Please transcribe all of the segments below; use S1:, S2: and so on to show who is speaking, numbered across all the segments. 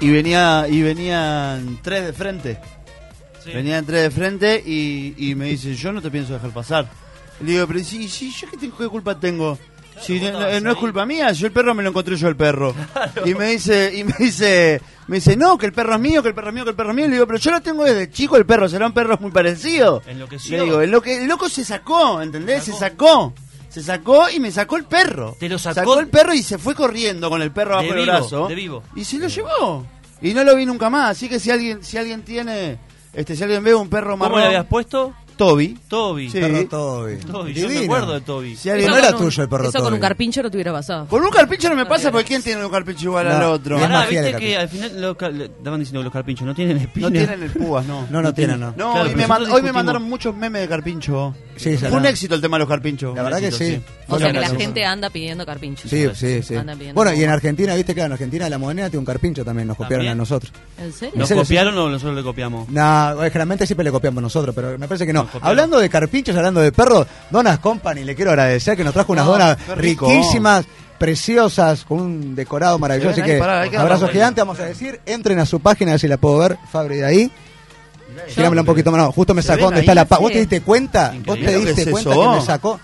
S1: venía, y venían tres de frente.
S2: Sí.
S1: Venían tres de frente y, y me dice, yo no te pienso dejar pasar. Le digo, pero si, si yo qué, tengo, qué culpa tengo. Si
S2: vos
S1: no,
S2: estabas
S1: no- no es
S2: ahí.
S1: culpa mía, yo el perro me lo encontré yo el perro. Y me dice, y me dice, me dice, no, que el perro es mío, que el perro es mío, que el perro es mío. Le digo, pero yo lo tengo desde chico el perro, serán perros muy parecidos.
S2: Enloqueció.
S1: Le digo, el, loque- el loco se sacó, ¿entendés?
S2: Se
S1: Se sacó. Se sacó y me sacó el perro.
S2: Te lo sacó-
S1: el perro y se fue corriendo con el perro
S2: De
S1: bajo el
S2: vivo,
S1: brazo.
S2: de vivo.
S1: Y se lo llevó. Y no lo vi nunca más. Así que si alguien, si alguien tiene, este, si alguien ve un perro
S2: ¿Cómo
S1: marrón,
S2: le habías puesto?
S1: Toby.
S2: Toby.
S1: Sí.
S3: Perro Toby.
S2: Toby. Yo me
S3: Divino.
S2: acuerdo de Toby.
S1: Si
S3: Pero
S1: alguien-
S3: no
S1: Eso
S3: era
S1: con un-
S3: tuyo el perro
S4: Eso con
S3: Toby.
S4: un carpincho no te hubiera pasado.
S1: Con un carpincho no me pasa porque quién tiene un carpincho igual al
S3: No,
S1: otro.
S3: es
S2: Pará,
S3: más fiel
S2: viste
S3: el
S2: que al final lo ca- le- estaban diciendo que los carpinchos no tienen espina.
S1: No tienen el púas, no.
S3: No, no tiene, no.
S1: No,
S2: Claro,
S1: y
S2: pero
S1: me
S2: nosotros
S1: mand- hoy me
S2: discutimos.
S1: mandaron muchos memes de carpincho.
S3: Sí, ya
S1: Fue un
S3: no.
S1: éxito el tema de los carpinchos.
S3: La verdad que
S2: Éxito,
S3: sí.
S2: sí.
S4: O sea que la
S1: Hola,
S4: gente anda pidiendo carpincho.
S3: Sí, sí, sí.
S4: Andan pidiendo
S3: Bueno, y en
S4: como-
S3: Argentina, viste, claro, en Argentina la moneda tiene un carpincho también, nos copiaron
S2: También.
S3: a nosotros.
S4: ¿En serio?
S3: No.
S2: ¿Nos
S3: ¿En serio?
S2: copiaron o nosotros le copiamos?
S3: No, bueno, generalmente siempre le copiamos nosotros, pero me parece que no.
S2: Nos copiaron.
S3: Hablando de carpinchos, hablando de perros, Donas Company, le quiero agradecer que nos trajo unas
S1: No,
S3: donas
S1: qué rico.
S3: riquísimas, preciosas, con un decorado maravilloso.
S1: ven
S3: Así
S1: ahí,
S3: que
S1: pará, hay que
S3: abrazo
S1: agarrar.
S3: gigante, vamos a decir. Entren a su página, a ver si la puedo ver, Fabri, de ahí. Tirámela un poquito más. No, justo me
S1: ¿Se
S3: sacó
S1: ven
S3: dónde está
S1: ahí?
S3: la página. ¿Vos
S4: Sí.
S3: te diste cuenta? ¿Vos
S2: Increíble.
S3: te
S1: ¿Qué
S3: diste
S1: es
S3: cuenta
S1: eso?
S3: que me sacó?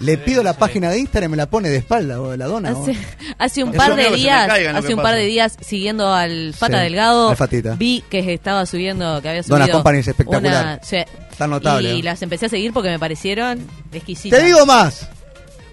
S3: Le
S2: ve,
S3: pido
S2: no
S3: la
S2: se
S3: página de Instagram y me la pone de espalda, vos, la dona. vos.
S4: Hace, hace un
S1: Eso
S4: par
S1: es mío,
S4: de
S1: que se me
S4: días,
S1: caigan lo
S4: hace
S1: que
S4: un par de
S1: pasa.
S4: días siguiendo al Fata
S3: Sí,
S4: Delgado,
S3: al Fatita.
S4: vi que estaba subiendo, que había subido.
S3: Donna Company es espectacular.
S4: una- sí.
S3: Está notable,
S4: Y
S3: ¿eh?
S4: las empecé a seguir porque me parecieron exquisitas.
S3: Te digo más.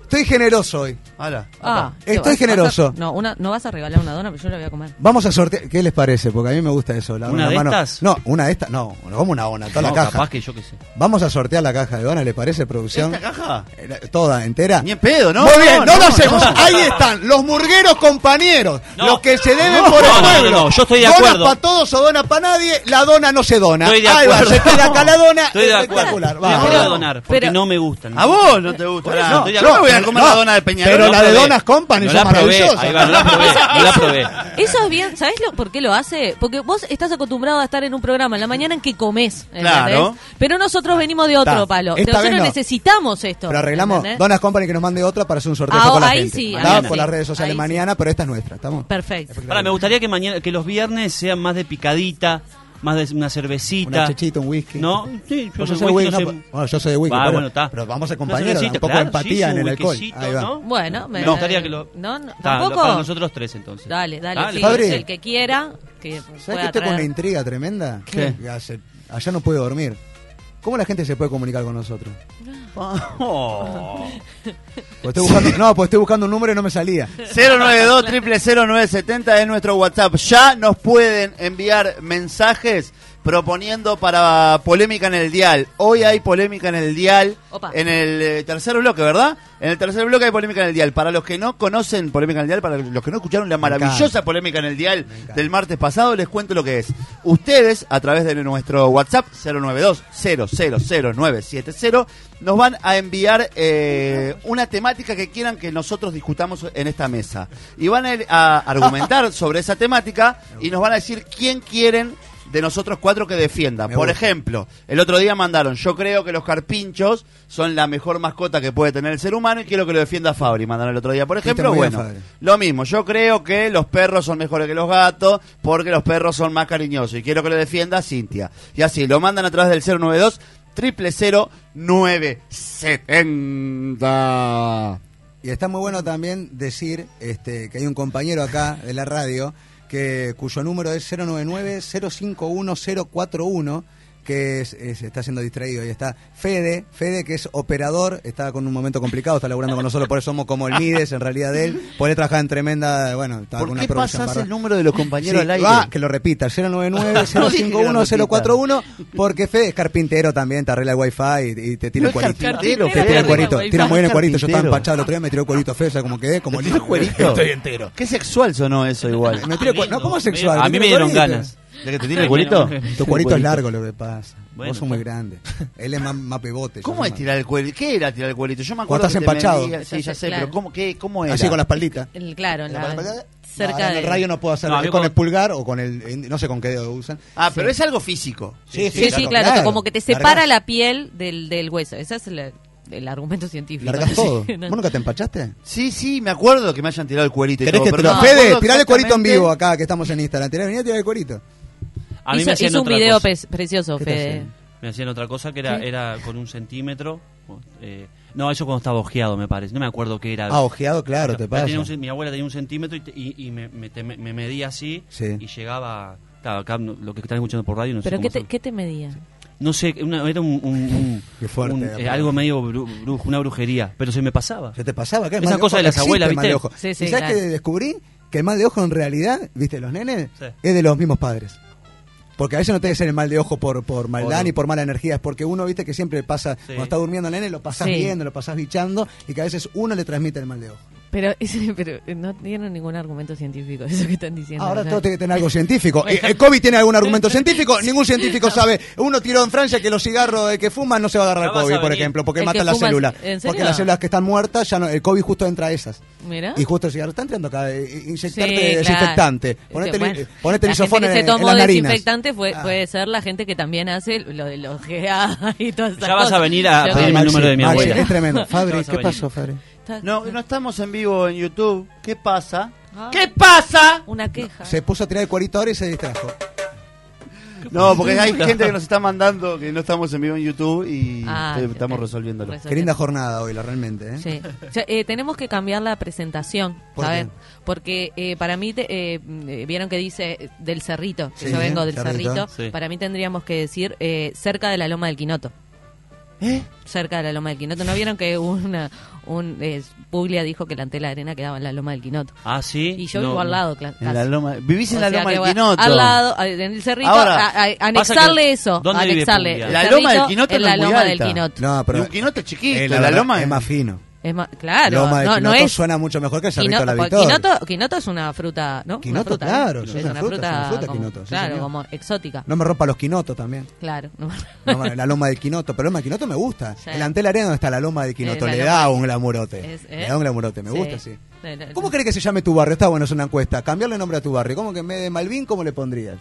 S3: Estoy generoso hoy.
S1: Hola.
S4: Ah,
S3: Estoy
S4: ¿qué vas- vas a-
S3: generoso.
S4: no, una, no vas a regalar una dona, pero yo la voy a comer.
S3: Vamos a sortear. ¿Qué les parece? Porque a mí me gusta eso. La
S2: ¿Una
S3: dona
S2: de
S3: mano.
S2: estas?
S3: No, una de estas. No, no, como una ona, toda
S2: no,
S3: la caja.
S2: capaz que yo qué sé.
S3: Vamos a sortear la caja de dona, ¿les parece, producción?
S1: ¿Esta caja?
S3: Eh, la- Toda, entera.
S1: Ni en pedo, ¿no?
S3: Muy bien, no, lo
S1: no,
S3: hacemos.
S1: no.
S3: Ahí están, los murgueros compañeros,
S2: No.
S3: los que se deben
S2: No,
S3: por el
S2: no, no,
S3: pueblo.
S2: no, yo estoy de acuerdo.
S3: Dona para todos o dona para nadie, la dona no se dona.
S2: Estoy de
S3: Ahí va,
S2: acuerdo.
S3: se tira acá la dona,
S2: Estoy de acuerdo.
S3: espectacular.
S2: Les voy a
S3: Vamos.
S2: donar porque
S4: Pero-
S2: no me gustan.
S1: A vos no te gusta.
S2: Por eso
S1: nada.
S2: estoy de
S1: yo
S2: acuerdo.
S1: me voy a comer
S3: No,
S1: la dona de Peñarol.
S3: pero la de
S2: probé.
S3: Donas Company
S2: no
S3: son
S2: la probé.
S3: maravillosas.
S2: Ahí va, no la probé. No la probé.
S4: Eso es bien, ¿sabés lo, por qué lo hace? Porque vos estás acostumbrado a estar en un programa en la mañana en que comés, ¿entendés?
S1: Claro.
S4: Pero nosotros venimos de otro
S3: Ta,
S4: palo.
S3: esta
S4: Nosotros
S3: vez no.
S4: necesitamos esto.
S3: Pero arreglamos
S4: ¿entendés?
S3: Donas Company que nos mande otra para hacer un sorteo
S4: Ah,
S3: con la
S4: ahí
S3: gente.
S4: sí,
S3: Mandá
S2: ahí
S3: por
S2: sí.
S3: las redes sociales
S4: Ahí sí.
S3: mañana, pero esta es nuestra, ¿estamos?
S4: Perfecto.
S2: Pará, me gustaría que mañana que los viernes sean más de picadita, más de una cervecita.
S3: Una chechita, un whisky.
S2: No, sí, yo
S3: Vos
S2: soy
S3: sos el
S2: whisky,
S3: whisky,
S2: no
S3: no,
S2: sé.
S3: bueno, yo soy de whisky.
S2: Ah,
S3: pero,
S2: bueno, está.
S3: pero vamos a
S2: Una
S3: acompañar
S2: cervecita,
S3: un poco de
S2: claro,
S3: empatía
S2: sí,
S3: en
S2: un
S3: el alcohol.
S2: whiskycito,
S3: Ahí va.
S2: ¿no?
S4: Bueno, me,
S2: Me gustaría que lo.
S4: No, no,
S2: Ta,
S4: tampoco.
S2: Para nosotros tres entonces.
S4: Dale, dale, sí,
S3: Fabri.
S4: el que quiera. Que
S3: ¿Sabes
S4: pueda
S3: que estoy con una
S4: traer.
S3: intriga tremenda?
S1: ¿Qué?
S3: Que hace- Allá no puedo dormir. ¿Cómo la gente se puede comunicar con nosotros?
S1: Oh.
S3: Pues estoy buscando, no, pues estoy buscando un número y no me salía.
S1: 092-000970 es nuestro WhatsApp. Ya nos pueden enviar mensajes proponiendo para polémica en el dial. Hoy hay polémica en el dial.
S4: Opa.
S1: En el eh, tercer bloque, ¿verdad? En el tercer bloque hay polémica en el dial. Para los que no conocen polémica en el dial, para los que no escucharon la maravillosa polémica en el dial del martes pasado, les cuento lo que es. Ustedes, a través de nuestro WhatsApp 092-000970, nos van a enviar eh, una temática que quieran que nosotros discutamos en esta mesa. Y van a, a argumentar sobre esa temática y nos van a decir quién quieren de nosotros cuatro que defienda.
S3: Me
S1: Por
S3: gusta.
S1: ejemplo, el otro día mandaron, yo creo que los carpinchos son la mejor mascota que puede tener el ser humano y quiero que lo defienda Fabri. Mandaron el otro día, por
S3: Fuiste
S1: ejemplo,
S3: muy bien,
S1: bueno,
S3: Fabri.
S1: lo mismo, yo creo que los perros son mejores que los gatos porque los perros son más cariñosos y quiero que lo defienda Cintia. Y así, lo mandan a través del 092 triple
S3: Y está muy bueno también decir este, que hay un compañero acá de la radio que cuyo número es 099-051-041, que es- es- está siendo distraído. Y está Fede, Fede que es operador, está con un momento complicado, está laburando con nosotros, por eso somos como el Mides en realidad de él. Por él trabajaba en tremenda, bueno, estaba con
S1: ¿Por
S3: una
S1: qué
S3: producción
S1: pasas
S3: barra.
S1: el número de los compañeros
S3: Sí,
S1: al aire?
S3: va, que lo repita, 099-051-041, porque Fede es carpintero también, te arregla el wifi y, y te tira
S1: No
S3: el
S1: es
S3: cuarito.
S1: carpintero,
S3: Te tira el
S1: Fede.
S3: cuarito, tira muy bien el cuarito, yo estaba
S1: Carpintero.
S3: empachado el otro día, me tiró el cuarito Fede, ¿sabes cómo quedé? Como
S1: ¿Te tiró el cuerito?
S3: Estoy entero.
S1: Qué sexual sonó eso igual.
S3: Me tiró el cuarito, no, ¿cómo es sexual?
S2: Ah, A mí me dieron
S3: Cuarito.
S2: ganas.
S1: ¿De que te tiene el cuerito?
S3: Tu cuarito es largo lo que pasa,
S2: Bueno,
S3: vos sos muy grande, él es más, más pebote. yo
S1: ¿Cómo
S3: soy
S1: es
S3: más-
S1: tirar el cuerito? ¿Qué era tirar el cuerito? Yo me
S3: Cuando
S1: acuerdo
S3: estás
S1: que te
S3: empachado.
S1: medía- Sí, ya sé,
S4: Claro.
S1: pero ¿cómo, qué, cómo era?
S3: Así con las palditas.
S4: El- Claro, la-
S3: No,
S4: cerca
S3: en
S4: de.
S3: el radio no puedo hacer,
S2: No, a
S3: es
S2: mí
S3: con
S2: cuando-
S3: el pulgar o con el, no sé con qué dedo usan.
S1: Ah, pero es algo físico.
S4: Sí, sí, claro, como que te separa la piel del, del hueso. Esa es la. el argumento científico.
S3: Largas
S4: Sí,
S3: todo.
S4: no.
S3: ¿Vos nunca te empachaste?
S1: Sí, sí, me acuerdo que me hayan tirado el cuerito. y
S3: ¿Querés
S1: todo,
S3: que te
S1: pero
S3: lo
S1: no me
S3: Fede,
S1: acuerdo
S3: tirale el cuerito en
S1: exactamente.
S3: vivo acá, que estamos en Instagram. Tirá, vení a tirar el cuerito.
S2: A mí
S4: hizo,
S2: me hacían
S4: hizo un
S2: otra
S4: video
S2: cosa.
S4: pre- precioso,
S3: ¿Qué te
S4: Fede.
S3: hacían?
S2: Me hacían otra cosa que era,
S4: ¿Qué?
S2: era con un centímetro. eh, no, eso cuando estaba ojeado, me parece. No me acuerdo qué era.
S3: Ah, ojeado, claro, te
S2: Yo
S3: pasa.
S2: tenía un cen- mi abuela tenía un centímetro y, te- y- y me, me- te- me medía así
S3: Sí.
S2: y llegaba. Claro, acá no- lo que están escuchando por radio no sé
S4: ¿Pero
S2: cómo
S4: qué te,
S2: son.
S4: qué te medía?
S2: No sé, una- era un. un- un-
S3: Qué fuerte,
S2: un- eh,
S3: aparte.
S2: algo medio. bru- bru- una brujería, pero se me pasaba.
S3: Se te pasaba, que el
S2: Esa
S3: mal
S2: cosa
S3: ojo
S2: de las
S3: existe,
S2: abuelas,
S3: el mal de
S2: ¿viste?
S3: ojo.
S4: Sí, sí,
S3: ¿Y sabes
S4: claro.
S3: que descubrí? Que el mal de ojo en realidad, ¿viste? Los nenes,
S2: Sí.
S3: es de los mismos padres. Porque a veces no tiene que ser el mal de ojo por, por maldad
S2: Por-
S3: ni por mala energía, es porque uno, viste, que siempre pasa, cuando está durmiendo el nene, lo pasás
S4: Sí.
S3: viendo, lo pasás bichando, y que a veces uno le transmite el mal de ojo.
S4: Pero, ese- pero eh, no tienen ningún argumento científico eso que están diciendo.
S3: Ahora
S4: o sea.
S3: todo tiene que tener algo científico. Eh, ¿El COVID tiene algún argumento científico? Ningún científico sabe. Uno tiró en Francia que los cigarros eh, que fuman no se va a agarrar el
S2: Ya vas a
S3: COVID, por
S2: venir.
S3: ejemplo, porque
S4: El que
S3: mata las
S4: fuma-
S3: células.
S4: ¿en serio?
S3: Porque las células que están muertas, ya no, el COVID justo entra a esas.
S4: Mirá.
S3: Y justo el cigarro está entrando acá, eh, inyectarte
S4: ¿Ah? Sí, claro.
S3: desinfectante. Ponete,
S4: Este, bueno,
S3: li- eh, ponete
S4: la gente
S3: lisofón
S4: que
S3: en,
S4: se
S3: en las
S4: tomó
S3: narinas.
S4: desinfectante fue-
S3: Ah.
S4: puede ser la gente que también hace lo de los GA y todas esas
S2: Ya vas a
S4: cosas.
S2: venir a
S4: Yo
S2: pedirme
S4: creo-
S2: el número de mi
S3: Ah, Maxi,
S2: abuela.
S3: Es tremendo. Fabri,
S2: vas a
S3: ¿qué
S2: venir.
S3: pasó, Fabri?
S4: Está-
S1: No, no estamos en vivo en YouTube. ¿Qué pasa?
S4: Ah.
S1: ¿Qué pasa?
S4: Una queja.
S3: Se puso a tirar el cuerito ahora y se distrajo.
S1: No, porque hay gente que nos está mandando que no estamos en vivo en YouTube y
S4: Ah,
S1: te- estamos
S4: ok.
S1: resolviéndolo.
S4: Resolviendo.
S3: Qué linda jornada hoy, la realmente. ¿eh?
S4: Sí. O sea, eh, tenemos que cambiar la presentación,
S3: ¿Por
S4: ¿sabes?
S3: qué?
S4: Porque eh, para mí, te- eh, mm, eh, vieron que dice eh, del cerrito, que
S3: Sí,
S4: yo vengo del
S3: Cerrito.
S4: cerrito,
S2: Sí.
S4: para mí tendríamos que decir eh, cerca de la loma del Quinoto. Cerca de la loma del Quinoto. ¿No vieron que una un eh, Puglia dijo que la antela de arena quedaba en la loma del Quinoto?
S2: Ah, sí.
S4: Y yo
S2: No,
S4: vivo al
S2: no.
S4: lado, cla-
S1: En
S4: casi.
S1: la loma, vivís en
S4: O
S1: la
S4: sea
S1: loma
S4: que,
S1: del
S4: bueno,
S1: Quinoto.
S4: Al lado, a- en el cerrito,
S1: Ahora,
S4: a- a-
S2: pasa
S4: anexarle
S2: que-
S4: eso.
S2: ¿dónde vive
S4: anexarle.
S2: Puglia?
S1: La loma del Quinoto
S4: en
S1: no
S4: la
S1: es muy
S4: loma del
S1: alta.
S4: Quinoto.
S3: No, pero.
S1: Y un quinoto es chiquito,
S3: Eh,
S1: la,
S3: verdad,
S1: loma
S3: es más fino.
S4: Es más, claro,
S3: Loma de
S4: no, no
S3: Quinoto
S4: es.
S3: suena mucho mejor que el cerrito de la
S4: porque
S3: Victoria.
S4: quinoto, quinoto es una fruta, ¿no? Una
S3: Quinoto,
S4: fruta,
S3: claro,
S4: ¿no?
S3: es una fruta, es una fruta
S4: como-
S3: quinoto, sí,
S4: claro,
S3: señor.
S4: como exótica.
S3: No Eh, me rompa los quinotos también.
S4: Claro. no.
S3: No, bueno, la loma del quinoto, pero la loma del quinoto me gusta.
S4: Sí.
S3: El antel arena donde está la loma del quinoto
S4: Eh, la
S3: le
S4: loma
S3: da
S4: del-
S3: un glamurote.
S4: Es-
S3: Le
S4: ¿eh?
S3: da un glamurote, me gusta, sí.
S4: No, no, no.
S3: ¿Cómo crees que se llame tu barrio? Está bueno, es una encuesta. Cambiarle nombre a tu barrio. ¿Cómo que en vez de Malvin, cómo le pondrías?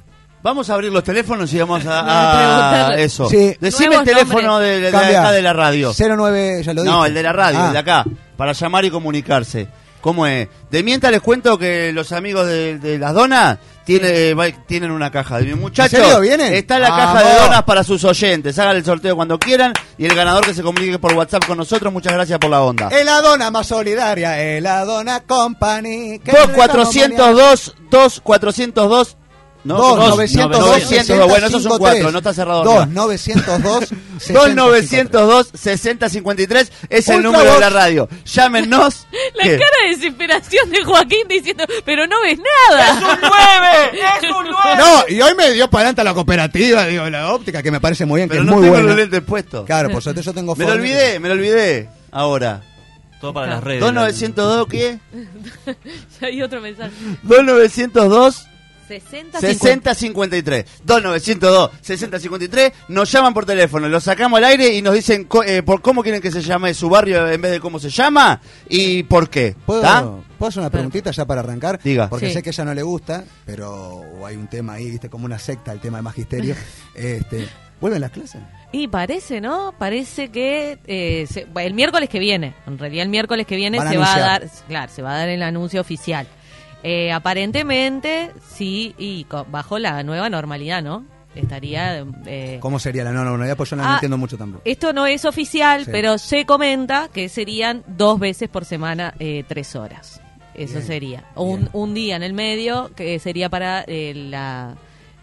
S1: Vamos a abrir los teléfonos y vamos a,
S4: a
S1: a-
S4: preguntarle.
S1: eso.
S3: Sí.
S1: Decime el
S4: Nuevos
S1: teléfono
S4: nombres.
S1: de, de- de
S3: Cambia.
S1: acá de la radio.
S3: 09, ya lo dije.
S1: No, el de la radio,
S3: Ah,
S1: el de acá, para llamar y comunicarse. ¿Cómo es? De mientras les cuento que los amigos de, de las donas tiene, va- tienen una caja. de Muchachos,
S3: serio? ¿Vienen?
S1: está la
S3: Vamos.
S1: caja de donas para sus oyentes. Hagan el sorteo cuando quieran y el ganador que se comunique por WhatsApp con nosotros. Muchas gracias por la onda.
S3: Es la dona más solidaria, es la dona company. que le damos
S1: 2402 2402 no,
S3: Dos,
S1: dos,
S3: 902,
S1: 902, bueno, esos son cuatro, no está cerrado. arriba.
S3: 2, 902,
S1: 2902 6053 es el
S3: Ultra
S1: número de la
S3: Vox.
S1: radio. Llámenos.
S4: La
S1: ¿Qué?
S4: cara de desesperación de Joaquín diciendo, pero no ves nada. ¡Es un 9! ¡Es un 9!
S3: No, y hoy me dio para adelante la cooperativa, digo, la óptica, que me parece muy bien,
S1: Pero
S3: que
S1: no
S3: es muy
S1: tengo
S3: buena.
S1: los lentes puestos.
S3: Claro, por suerte yo tengo
S1: Me lo
S3: Ford.
S1: olvidé, me lo olvidé. Ahora.
S2: Todo para las
S3: Eh,
S2: redes.
S1: 2902 qué?
S4: Hay otro mensaje.
S1: 2902
S4: 60, 50.
S1: 6053. 2902 6053 nos llaman por teléfono, lo sacamos al aire y nos dicen co- eh, por cómo quieren que se llame su barrio en vez de cómo se llama y por qué.
S3: ¿Puedo,
S1: ¿Está?
S3: puedo hacer una preguntita ya para arrancar?
S1: Diga.
S3: Porque
S4: Sí.
S3: sé que a ella no le gusta, pero o hay un tema ahí, viste, como una secta el tema del magisterio. este, ¿Vuelven las clases?
S4: Y parece, ¿no? Parece que eh, se- bueno, el miércoles que viene, en realidad el miércoles que viene
S3: Van a
S4: se va a
S3: anunciar.
S4: dar, claro, se va a dar el anuncio oficial. Eh, aparentemente, sí, y co- bajo la nueva normalidad, ¿no? Estaría... eh,
S3: ¿Cómo sería la no normalidad? Pues yo no la
S4: Ah,
S3: entiendo mucho tampoco.
S4: esto no es oficial,
S3: Sí.
S4: pero se comenta que serían dos veces por semana, eh, tres horas. Eso
S3: Bien,
S4: sería. O Un,
S3: bien.
S4: un día en el medio que sería para eh, la,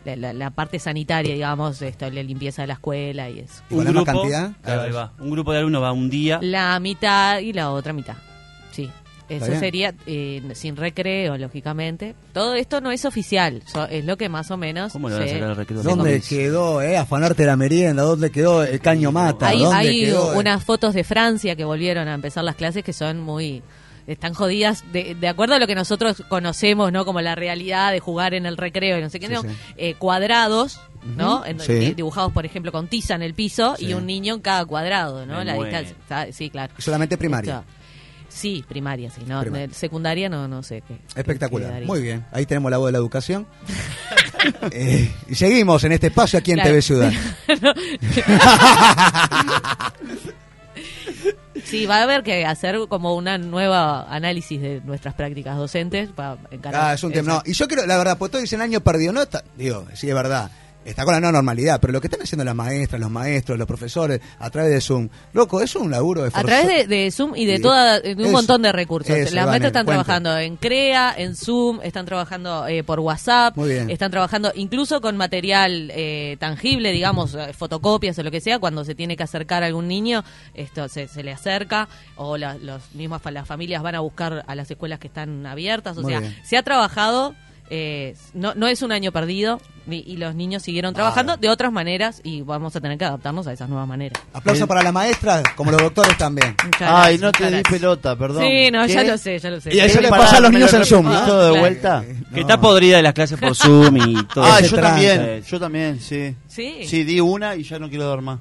S4: la- la- la parte sanitaria, digamos, esto, la limpieza de la escuela y eso.
S3: ¿Con la misma cantidad?
S2: Claro, ahí va. Un grupo de alumnos va un día.
S4: La mitad y la otra mitad. Sí. Eso
S3: bien.
S4: sería eh, sin recreo, lógicamente. Todo esto no es oficial, so- es lo que más o menos.
S2: ¿Cómo le van a
S4: se-
S2: sacar el recreo?
S3: ¿Dónde
S2: Sí.
S3: quedó, eh? Afanarte la merienda, ¿dónde quedó el caño mata?
S4: Hay,
S3: ¿Dónde
S4: hay
S3: quedó, eh?
S4: unas fotos de Francia que volvieron a empezar las clases que son muy están jodidas de, de acuerdo a lo que nosotros conocemos no como la realidad de jugar en el recreo y no sé qué
S3: Sí,
S4: no,
S3: sí.
S4: eh, cuadrados no En-
S3: Sí.
S4: di- dibujados por ejemplo con tiza en el piso
S3: Sí.
S4: y un niño en cada cuadrado no
S2: Me
S4: la
S2: muero.
S4: distancia ¿sabes? sí claro
S3: Solamente primaria.
S4: Esto- sí primaria sí no
S3: Primaria.
S4: de- secundaria no no sé qué qué- qué
S3: Espectacular.
S4: daría.
S3: Muy bien. Ahí tenemos la voz de la educación. Eh, y seguimos en este espacio aquí en
S4: Claro.
S3: TV Ciudad.
S4: Sí, va a haber que hacer como una nueva análisis de nuestras prácticas docentes para encarar.
S3: Ah, es un tema.
S4: esa-
S3: No, y yo creo, la verdad, pues todo dicen año perdido. No está- digo, sí, es verdad. Está con la nueva normalidad, pero lo que están haciendo las maestras, los maestros, los profesores, a través de Zoom, loco, es un laburo de
S4: A través de, de Zoom y de
S3: Sí.
S4: toda de un
S3: Eso,
S4: montón de recursos.
S3: eso, Vane,
S4: Las maestras están
S3: cuente.
S4: trabajando en CREA, en Zoom, están trabajando eh, por WhatsApp,
S3: Muy bien.
S4: están trabajando incluso con material eh, tangible, digamos, eh, fotocopias o lo que sea, cuando se tiene que acercar a algún niño, esto se, se le acerca, o la- los mismas fa- las familias van a buscar a las escuelas que están abiertas. O
S3: Muy
S4: sea,
S3: bien.
S4: se ha trabajado, eh, no, no es un año perdido. ni- Y los niños siguieron
S3: Ah.
S4: trabajando de otras maneras y vamos a tener que adaptarnos a esas nuevas maneras.
S1: Eh.
S3: Aplauso para las maestras, como los doctores también.
S4: Muchas
S1: Ay,
S4: gracias,
S1: no te
S4: muchas
S1: di
S4: gracias.
S1: pelota, perdón.
S4: Sí, no, ya
S1: ¿Qué?
S4: lo sé, ya lo sé.
S3: Y ahí
S1: ¿Qué?
S3: Eso Eh, le
S1: Pará,
S3: pasa a los
S1: ¿me
S3: niños
S1: lo
S3: en Zoom,
S1: repetís
S3: ¿no?
S1: todo de
S4: Claro.
S1: vuelta?
S2: Que está podrida de las clases por Zoom y todo.
S1: Ah,
S3: Ese
S1: yo
S3: trance.
S1: también, yo también, sí.
S4: Sí.
S1: Sí, di una y ya no quiero dar más.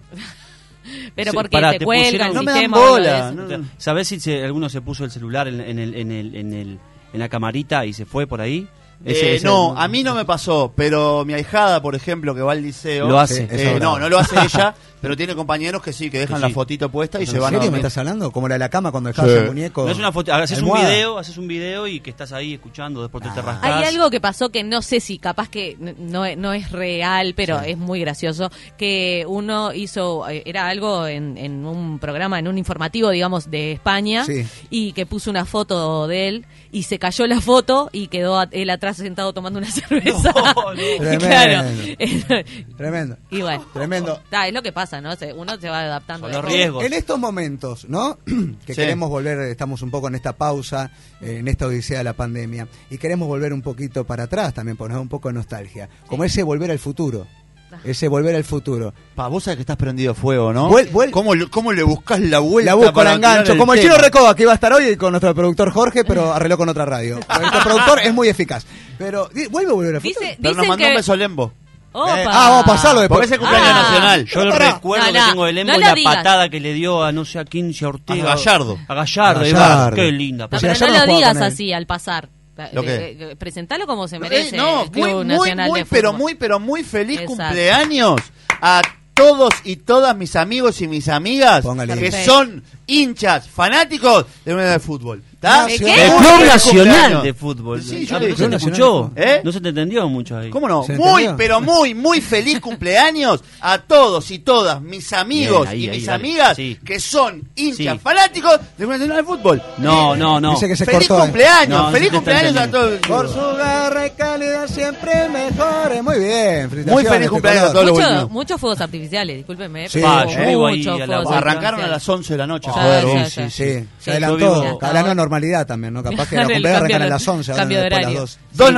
S4: Pero
S2: Sí,
S4: porque
S2: pará,
S4: te,
S2: te
S4: cuelga
S2: pusieron-
S4: el
S2: No
S1: me dan
S4: sistema. o algo de
S1: bola,
S4: eso.
S1: no.
S2: ¿Sabés si se- alguno se puso el celular en, en el, en, el, en, el, en la camarita y se fue por ahí? Ese-
S1: Eh,
S2: ese-
S1: no, a mí no me pasó, pero mi ahijada, por ejemplo, que va al liceo.
S2: Lo hace.
S1: eh,
S3: Sí, eso
S1: no,
S3: bravo.
S1: no lo hace ella, pero tiene compañeros que sí, que dejan
S2: Que
S1: la
S2: sí.
S1: fotito puesta y
S3: ¿En
S1: se van a
S3: serio me
S1: dormir.
S3: estás hablando? Como la de la cama cuando dejabas
S1: Sí.
S3: el muñeco.
S2: No es una foto, haces un
S3: almohada.
S2: video, haces un video y que estás ahí escuchando, después te- te
S3: Ah.
S2: rascás.
S4: Hay algo que pasó que no sé si capaz que n- no, e- no es real, pero es muy gracioso, que uno hizo, eh, era algo en, en un programa, en un informativo, digamos, de España,
S3: Sí.
S4: y que puso una foto de él y se cayó la foto y quedó a- él atrás sentado tomando una cerveza.
S2: No, no.
S4: Y claro.
S3: Tremendo.
S4: y bueno.
S3: Tremendo.
S4: Ta, es lo que pasa, ¿no? Se- Uno se va adaptando.
S2: Son los
S4: Después-
S2: riesgos.
S3: En estos momentos, ¿no? que
S1: Sí.
S3: queremos volver, estamos un poco en esta pausa, eh, en esta odisea de la pandemia, y queremos volver un poquito para atrás también, poner un poco de nostalgia, como ese volver al futuro,
S1: Ah.
S3: ese volver al futuro.
S1: Pa, vos sabés que estás prendido fuego, ¿no?
S3: Vuel- vuel-
S1: ¿Cómo, le- ¿Cómo le buscas la vuelta?
S3: la busco,
S1: para
S3: la engancho,
S1: tirar
S3: como el
S1: tema?
S3: Chino Recoba, que iba a estar hoy con nuestro productor Jorge, pero arregló con otra radio. Nuestro productor es muy eficaz, pero di- vuelve a volver al futuro.
S4: Dice,
S1: Pero nos
S4: dicen
S1: mandó
S4: que...
S1: un beso al Lembo.
S4: Opa.
S3: Eh, ah, vamos a pasarlo después.
S1: Porque es el cumpleaños
S4: Ah.
S1: nacional.
S2: Yo lo
S3: Pará.
S2: recuerdo
S4: No,
S2: que
S4: no,
S2: tengo de Lembo
S4: no
S2: y
S4: lo
S2: la
S4: digas.
S2: patada que le dio a no sé a quién, si a Ortega.
S1: A Gallardo.
S2: A Gallardo, ahí va.
S3: Gallardo.
S2: Qué linda.
S4: No,
S3: Pues
S4: pero
S3: ayer
S4: no
S3: no
S4: lo
S3: jugaba
S4: digas
S3: con él.
S4: así al pasar.
S1: ¿Lo qué?
S4: Eh, eh, presentalo como se
S1: Eh,
S4: merece.
S1: no, muy,
S4: el Club
S1: muy,
S4: Nacional
S1: muy,
S4: de Fútbol.
S1: pero muy, pero muy feliz
S4: Exacto.
S1: cumpleaños a todos y todas mis amigos y mis amigas
S3: Póngale.
S1: que
S4: Perfecto.
S1: son hinchas, fanáticos de una de fútbol. ¿tá?
S3: ¿De
S1: Un
S3: qué?
S1: feliz
S2: El Club Nacional
S1: cumpleaños.
S2: de Fútbol.
S1: Sí,
S2: Ah,
S1: yo
S2: pero
S1: le-
S2: no se te
S3: Club Nacional.
S2: escuchó.
S1: ¿Eh?
S2: No se te entendió mucho ahí.
S1: ¿Cómo no?
S3: ¿Se
S1: Muy,
S3: entendió?
S1: pero muy, muy feliz cumpleaños a todos y todas mis amigos
S2: Bien, ahí,
S1: y
S2: ahí,
S1: mis
S2: dale.
S1: amigas
S2: Sí.
S1: que son hinchas
S2: Sí.
S1: fanáticos de una nacional de fútbol.
S2: No, no, no.
S3: Dice que se
S1: feliz
S3: cortó. ¿eh?
S1: cumpleaños,
S2: No, no
S1: feliz
S2: se te está
S1: cumpleaños a todos.
S3: Por su garra y calidad siempre mejores. Muy bien, felicitaciones. este
S1: Muy feliz cumpleaños a todos los
S4: Mucho-
S1: boludos.
S4: muchos fuegos artificiales, discúlpenme.
S3: Sí,
S4: pero
S3: Ah,
S2: yo vivo ahí
S4: muchos
S2: a la-
S4: fuegos
S1: Arrancaron a
S4: artificiales.
S1: las 11 de la noche,
S4: Ah,
S1: joder,
S4: sí,
S1: vos.
S4: sí,
S3: Sí, sí,
S4: Sí,
S3: se adelantó.
S2: yo vivo-
S3: Habrá una normalidad también, ¿no? Capaz que los
S4: El
S3: cumpleaños
S4: cambio
S3: arrancan a
S4: de-
S3: las 11, ahora
S4: cambio de
S3: después a las
S4: horario.
S3: 2.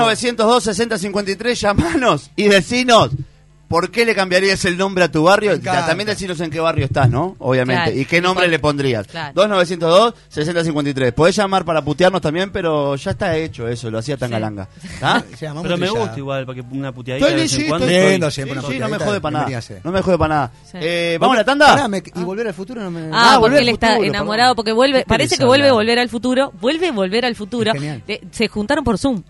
S1: 2902-6053, llamanos y decinos. ¿Por qué le cambiarías el nombre a tu barrio?
S3: Me encanta.
S1: Ya, También decinos en qué barrio estás, ¿no? Obviamente.
S4: Claro.
S1: ¿Y qué nombre
S4: Por-
S1: le pondrías?
S4: Claro.
S1: 2902-6053. Podés llamar para putearnos también, pero ya está hecho eso. Lo hacía tan galanga. ¿Ah?
S3: Se llama
S2: Pero me
S3: Montilla.
S2: gusta igual, porque una puteadita
S1: Estoy
S2: de vez en
S1: lisito,
S2: cuando.
S1: estoy-
S3: Lindo siempre
S1: sí,
S3: una
S1: sí, no me
S3: puteadita,
S1: jode para nada.
S3: bienvenida sea.
S1: No me jode para nada.
S4: Sí.
S1: Eh, ¿Vamos a la
S3: Pará,
S1: tanda?
S3: me- y volver al futuro no me.
S4: Ah,
S1: Ah,
S4: porque
S1: volver
S4: él
S1: al
S4: está
S1: futuro,
S4: enamorado,
S1: perdón.
S4: porque vuelve,
S3: ¿Qué
S4: parece
S3: querés
S4: que vuelve a
S3: hablar?
S4: volver al futuro, vuelve a volver al futuro.
S3: Es genial.
S4: Eh, se juntaron por Zoom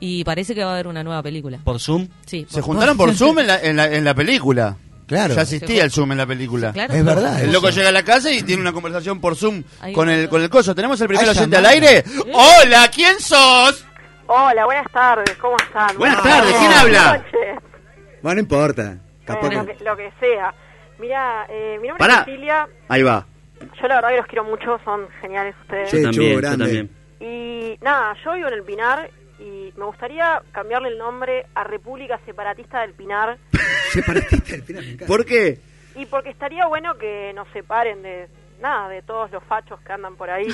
S4: y parece que va a haber una nueva película.
S2: Por Zoom.
S4: Sí,
S1: Se juntaron por Zoom en la, en la, en la película.
S3: Claro.
S1: Ya asistía el Zoom en la película.
S4: Claro.
S3: Es verdad.
S1: El
S3: eso.
S1: loco llega a la casa y tiene una conversación por Zoom
S4: Ahí
S1: con
S4: va. ¿Eh?
S1: el, con el coso. ¿Tenemos el primer
S3: Ay,
S1: oyente al
S3: llamada.
S1: aire? ¡Hola! ¿Quién sos?
S5: Hola, buenas tardes, ¿cómo están?
S1: Buenas tardes, ¿quién habla?
S5: noches.
S3: Bueno, no importa. Capaz
S5: Bueno, lo,
S3: que-
S5: que, lo que sea. Mira, eh, mi nombre
S1: Pará.
S5: es Cecilia.
S1: Ahí va.
S5: Yo la verdad que los quiero mucho, son geniales ustedes.
S3: Sí.
S2: Yo también, yo
S3: grande.
S2: también.
S5: Y nada, yo vivo en el Pinar y me gustaría cambiarle el nombre a República Separatista del Pinar.
S3: Separatista del final, me encanta.
S1: ¿Por qué?
S5: Y porque estaría bueno que nos separen de nada, de todos los fachos que andan por ahí.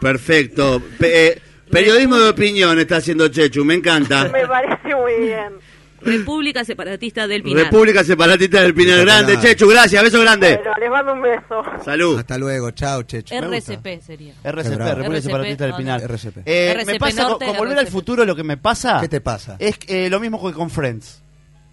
S1: Perfecto. Pe- eh, periodismo de opinión está haciendo Chechu, me encanta.
S5: me parece muy bien.
S4: República Separatista del Pinar.
S1: República Separatista del Pinar
S3: Separada.
S1: Grande. Chechu, gracias, beso grande.
S5: Bueno, les mando un beso.
S1: Salud.
S3: Hasta luego, chao, checho.
S4: Er-
S3: Me gusta.
S4: RCP sería.
S1: RCP,
S3: bravo.
S1: República
S4: RCP,
S1: Separatista del
S4: no,
S1: Pinar.
S3: no. RCP.
S1: Eh, me
S4: RCP
S1: pasa con-
S4: norte,
S1: con, Volver al
S4: RCP.
S1: Futuro, lo que me pasa.
S3: ¿Qué te pasa?
S1: Es eh, lo mismo que con Friends.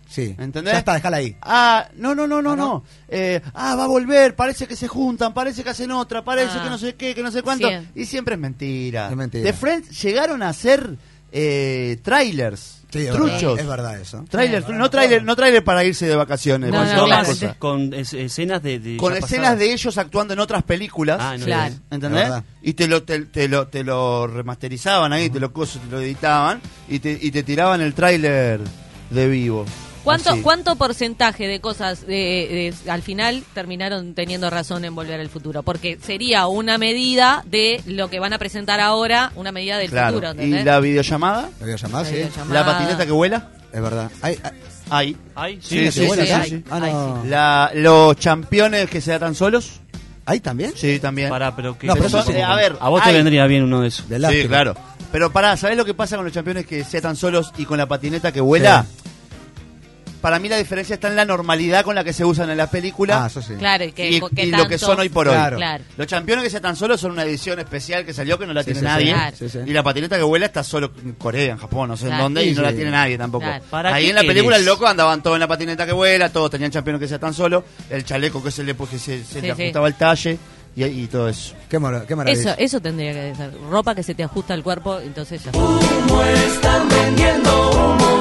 S3: Sí.
S1: ¿Entendés?
S3: Ya está, déjala ahí.
S1: Ah, no, no, no, no,
S3: ¿Ah, no?
S1: no. Eh, ah, va a volver, parece que se juntan, parece que hacen otra, parece
S4: Ah.
S1: que no sé qué, que no sé cuánto.
S4: Cien.
S1: Y siempre es mentira.
S3: Es mentira.
S1: De Friends llegaron a ser eh, trailers,
S3: Sí, es
S1: truchos.
S3: verdad, es verdad eso.
S1: Trailers, tru- no trailer, no trailer para irse de vacaciones.
S4: No,
S1: para
S2: con
S1: hacer
S4: no,
S1: otras
S2: tomas,
S1: cosas.
S4: claramente.
S2: con es- escenas de, de
S1: Con
S2: ya
S1: escenas
S2: pasadas.
S1: de ellos actuando en otras películas.
S2: Ah, no,
S4: Claro.
S2: no.
S1: ¿Entendés?
S3: La verdad.
S1: Y te lo, te, te lo, te lo remasterizaban ahí, te lo coso, te lo editaban y te, y te tiraban el tráiler de vivo.
S4: ¿Cuánto,
S1: Así.
S4: ¿Cuánto porcentaje de cosas de, de- al final terminaron teniendo razón en volver al futuro? Porque sería una medida de lo que van a presentar ahora, una medida del
S1: Claro.
S4: futuro,
S1: ¿Y
S4: ¿entendés?
S1: la videollamada?
S3: ¿Lo voy a llamar?
S4: La
S3: Sí.
S4: videollamada.
S1: ¿La patineta que vuela?
S3: Es verdad. Ay, ay,
S1: Ahí.
S2: Ay,
S1: Sí,
S3: ¿que
S1: sí,
S3: vuela,
S1: sí,
S4: sí.
S3: Ah,
S4: Ay,
S3: no.
S1: La- ¿Los campeones que se atan solos?
S3: ¿Ahí también?
S1: Sí, también.
S2: Pará, pero que
S3: No, pero
S1: Son-
S3: eso sí.
S1: eh, a ver,
S2: a vos
S1: hay-
S2: te vendría bien uno de esos.
S3: De
S1: Sí,
S3: lástima.
S1: claro. Pero pará, ¿sabés lo que pasa con los campeones que se atan solos y con la patineta que vuela? Para mí la diferencia está en la normalidad con la que se usan en la película.
S3: Ah, eso sí.
S4: Claro, y, que,
S1: y,
S4: que
S1: y lo
S4: tanto-
S1: que son hoy por hoy.
S3: Claro.
S4: Claro.
S1: Los campeones que se tan solos son una edición especial que salió que no la
S3: Sí,
S1: tiene
S3: sí,
S1: nadie.
S4: sí,
S3: sí, sí.
S1: Y la patineta que vuela está solo en Corea, en Japón, no sé en
S4: Claro.
S1: dónde, y
S3: Sí,
S1: no la
S3: sí.
S1: tiene nadie tampoco.
S4: Claro.
S2: ¿Para
S1: Ahí
S2: qué
S1: en la película
S2: querés?
S1: el loco andaban todos en la patineta que vuela, todos tenían campeones que se tan solo, el chaleco que se le, pues, que se, se
S4: Sí,
S1: le
S4: sí.
S1: ajustaba el talle y, y todo eso.
S3: Qué, mor- qué maravilla.
S4: Eso, eso tendría que ser. Ropa que se te ajusta al cuerpo, entonces ya. está.
S6: Humo están vendiendo humo.